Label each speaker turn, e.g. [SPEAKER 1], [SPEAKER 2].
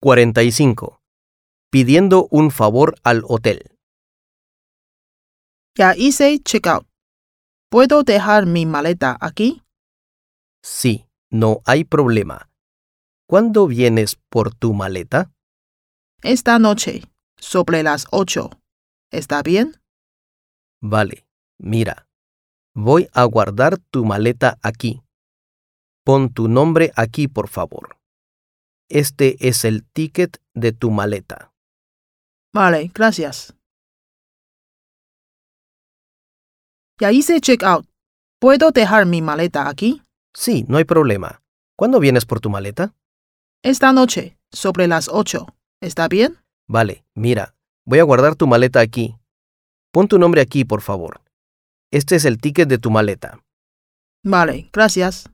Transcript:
[SPEAKER 1] 45. Pidiendo un favor al hotel.
[SPEAKER 2] Ya hice checkout. ¿Puedo dejar mi maleta aquí?
[SPEAKER 1] Sí, no hay problema. ¿Cuándo vienes por tu maleta?
[SPEAKER 2] Esta noche, sobre las 8. ¿Está bien?
[SPEAKER 1] Vale, mira. Voy a guardar tu maleta aquí. Pon tu nombre aquí, por favor. Este es el ticket de tu maleta.
[SPEAKER 2] Vale, gracias. Ya hice checkout. ¿Puedo dejar mi maleta aquí?
[SPEAKER 1] Sí, no hay problema. ¿Cuándo vienes por tu maleta?
[SPEAKER 2] Esta noche, sobre las 8. ¿Está bien?
[SPEAKER 1] Vale, mira. Voy a guardar tu maleta aquí. Pon tu nombre aquí, por favor. Este es el ticket de tu maleta.
[SPEAKER 2] Vale, gracias.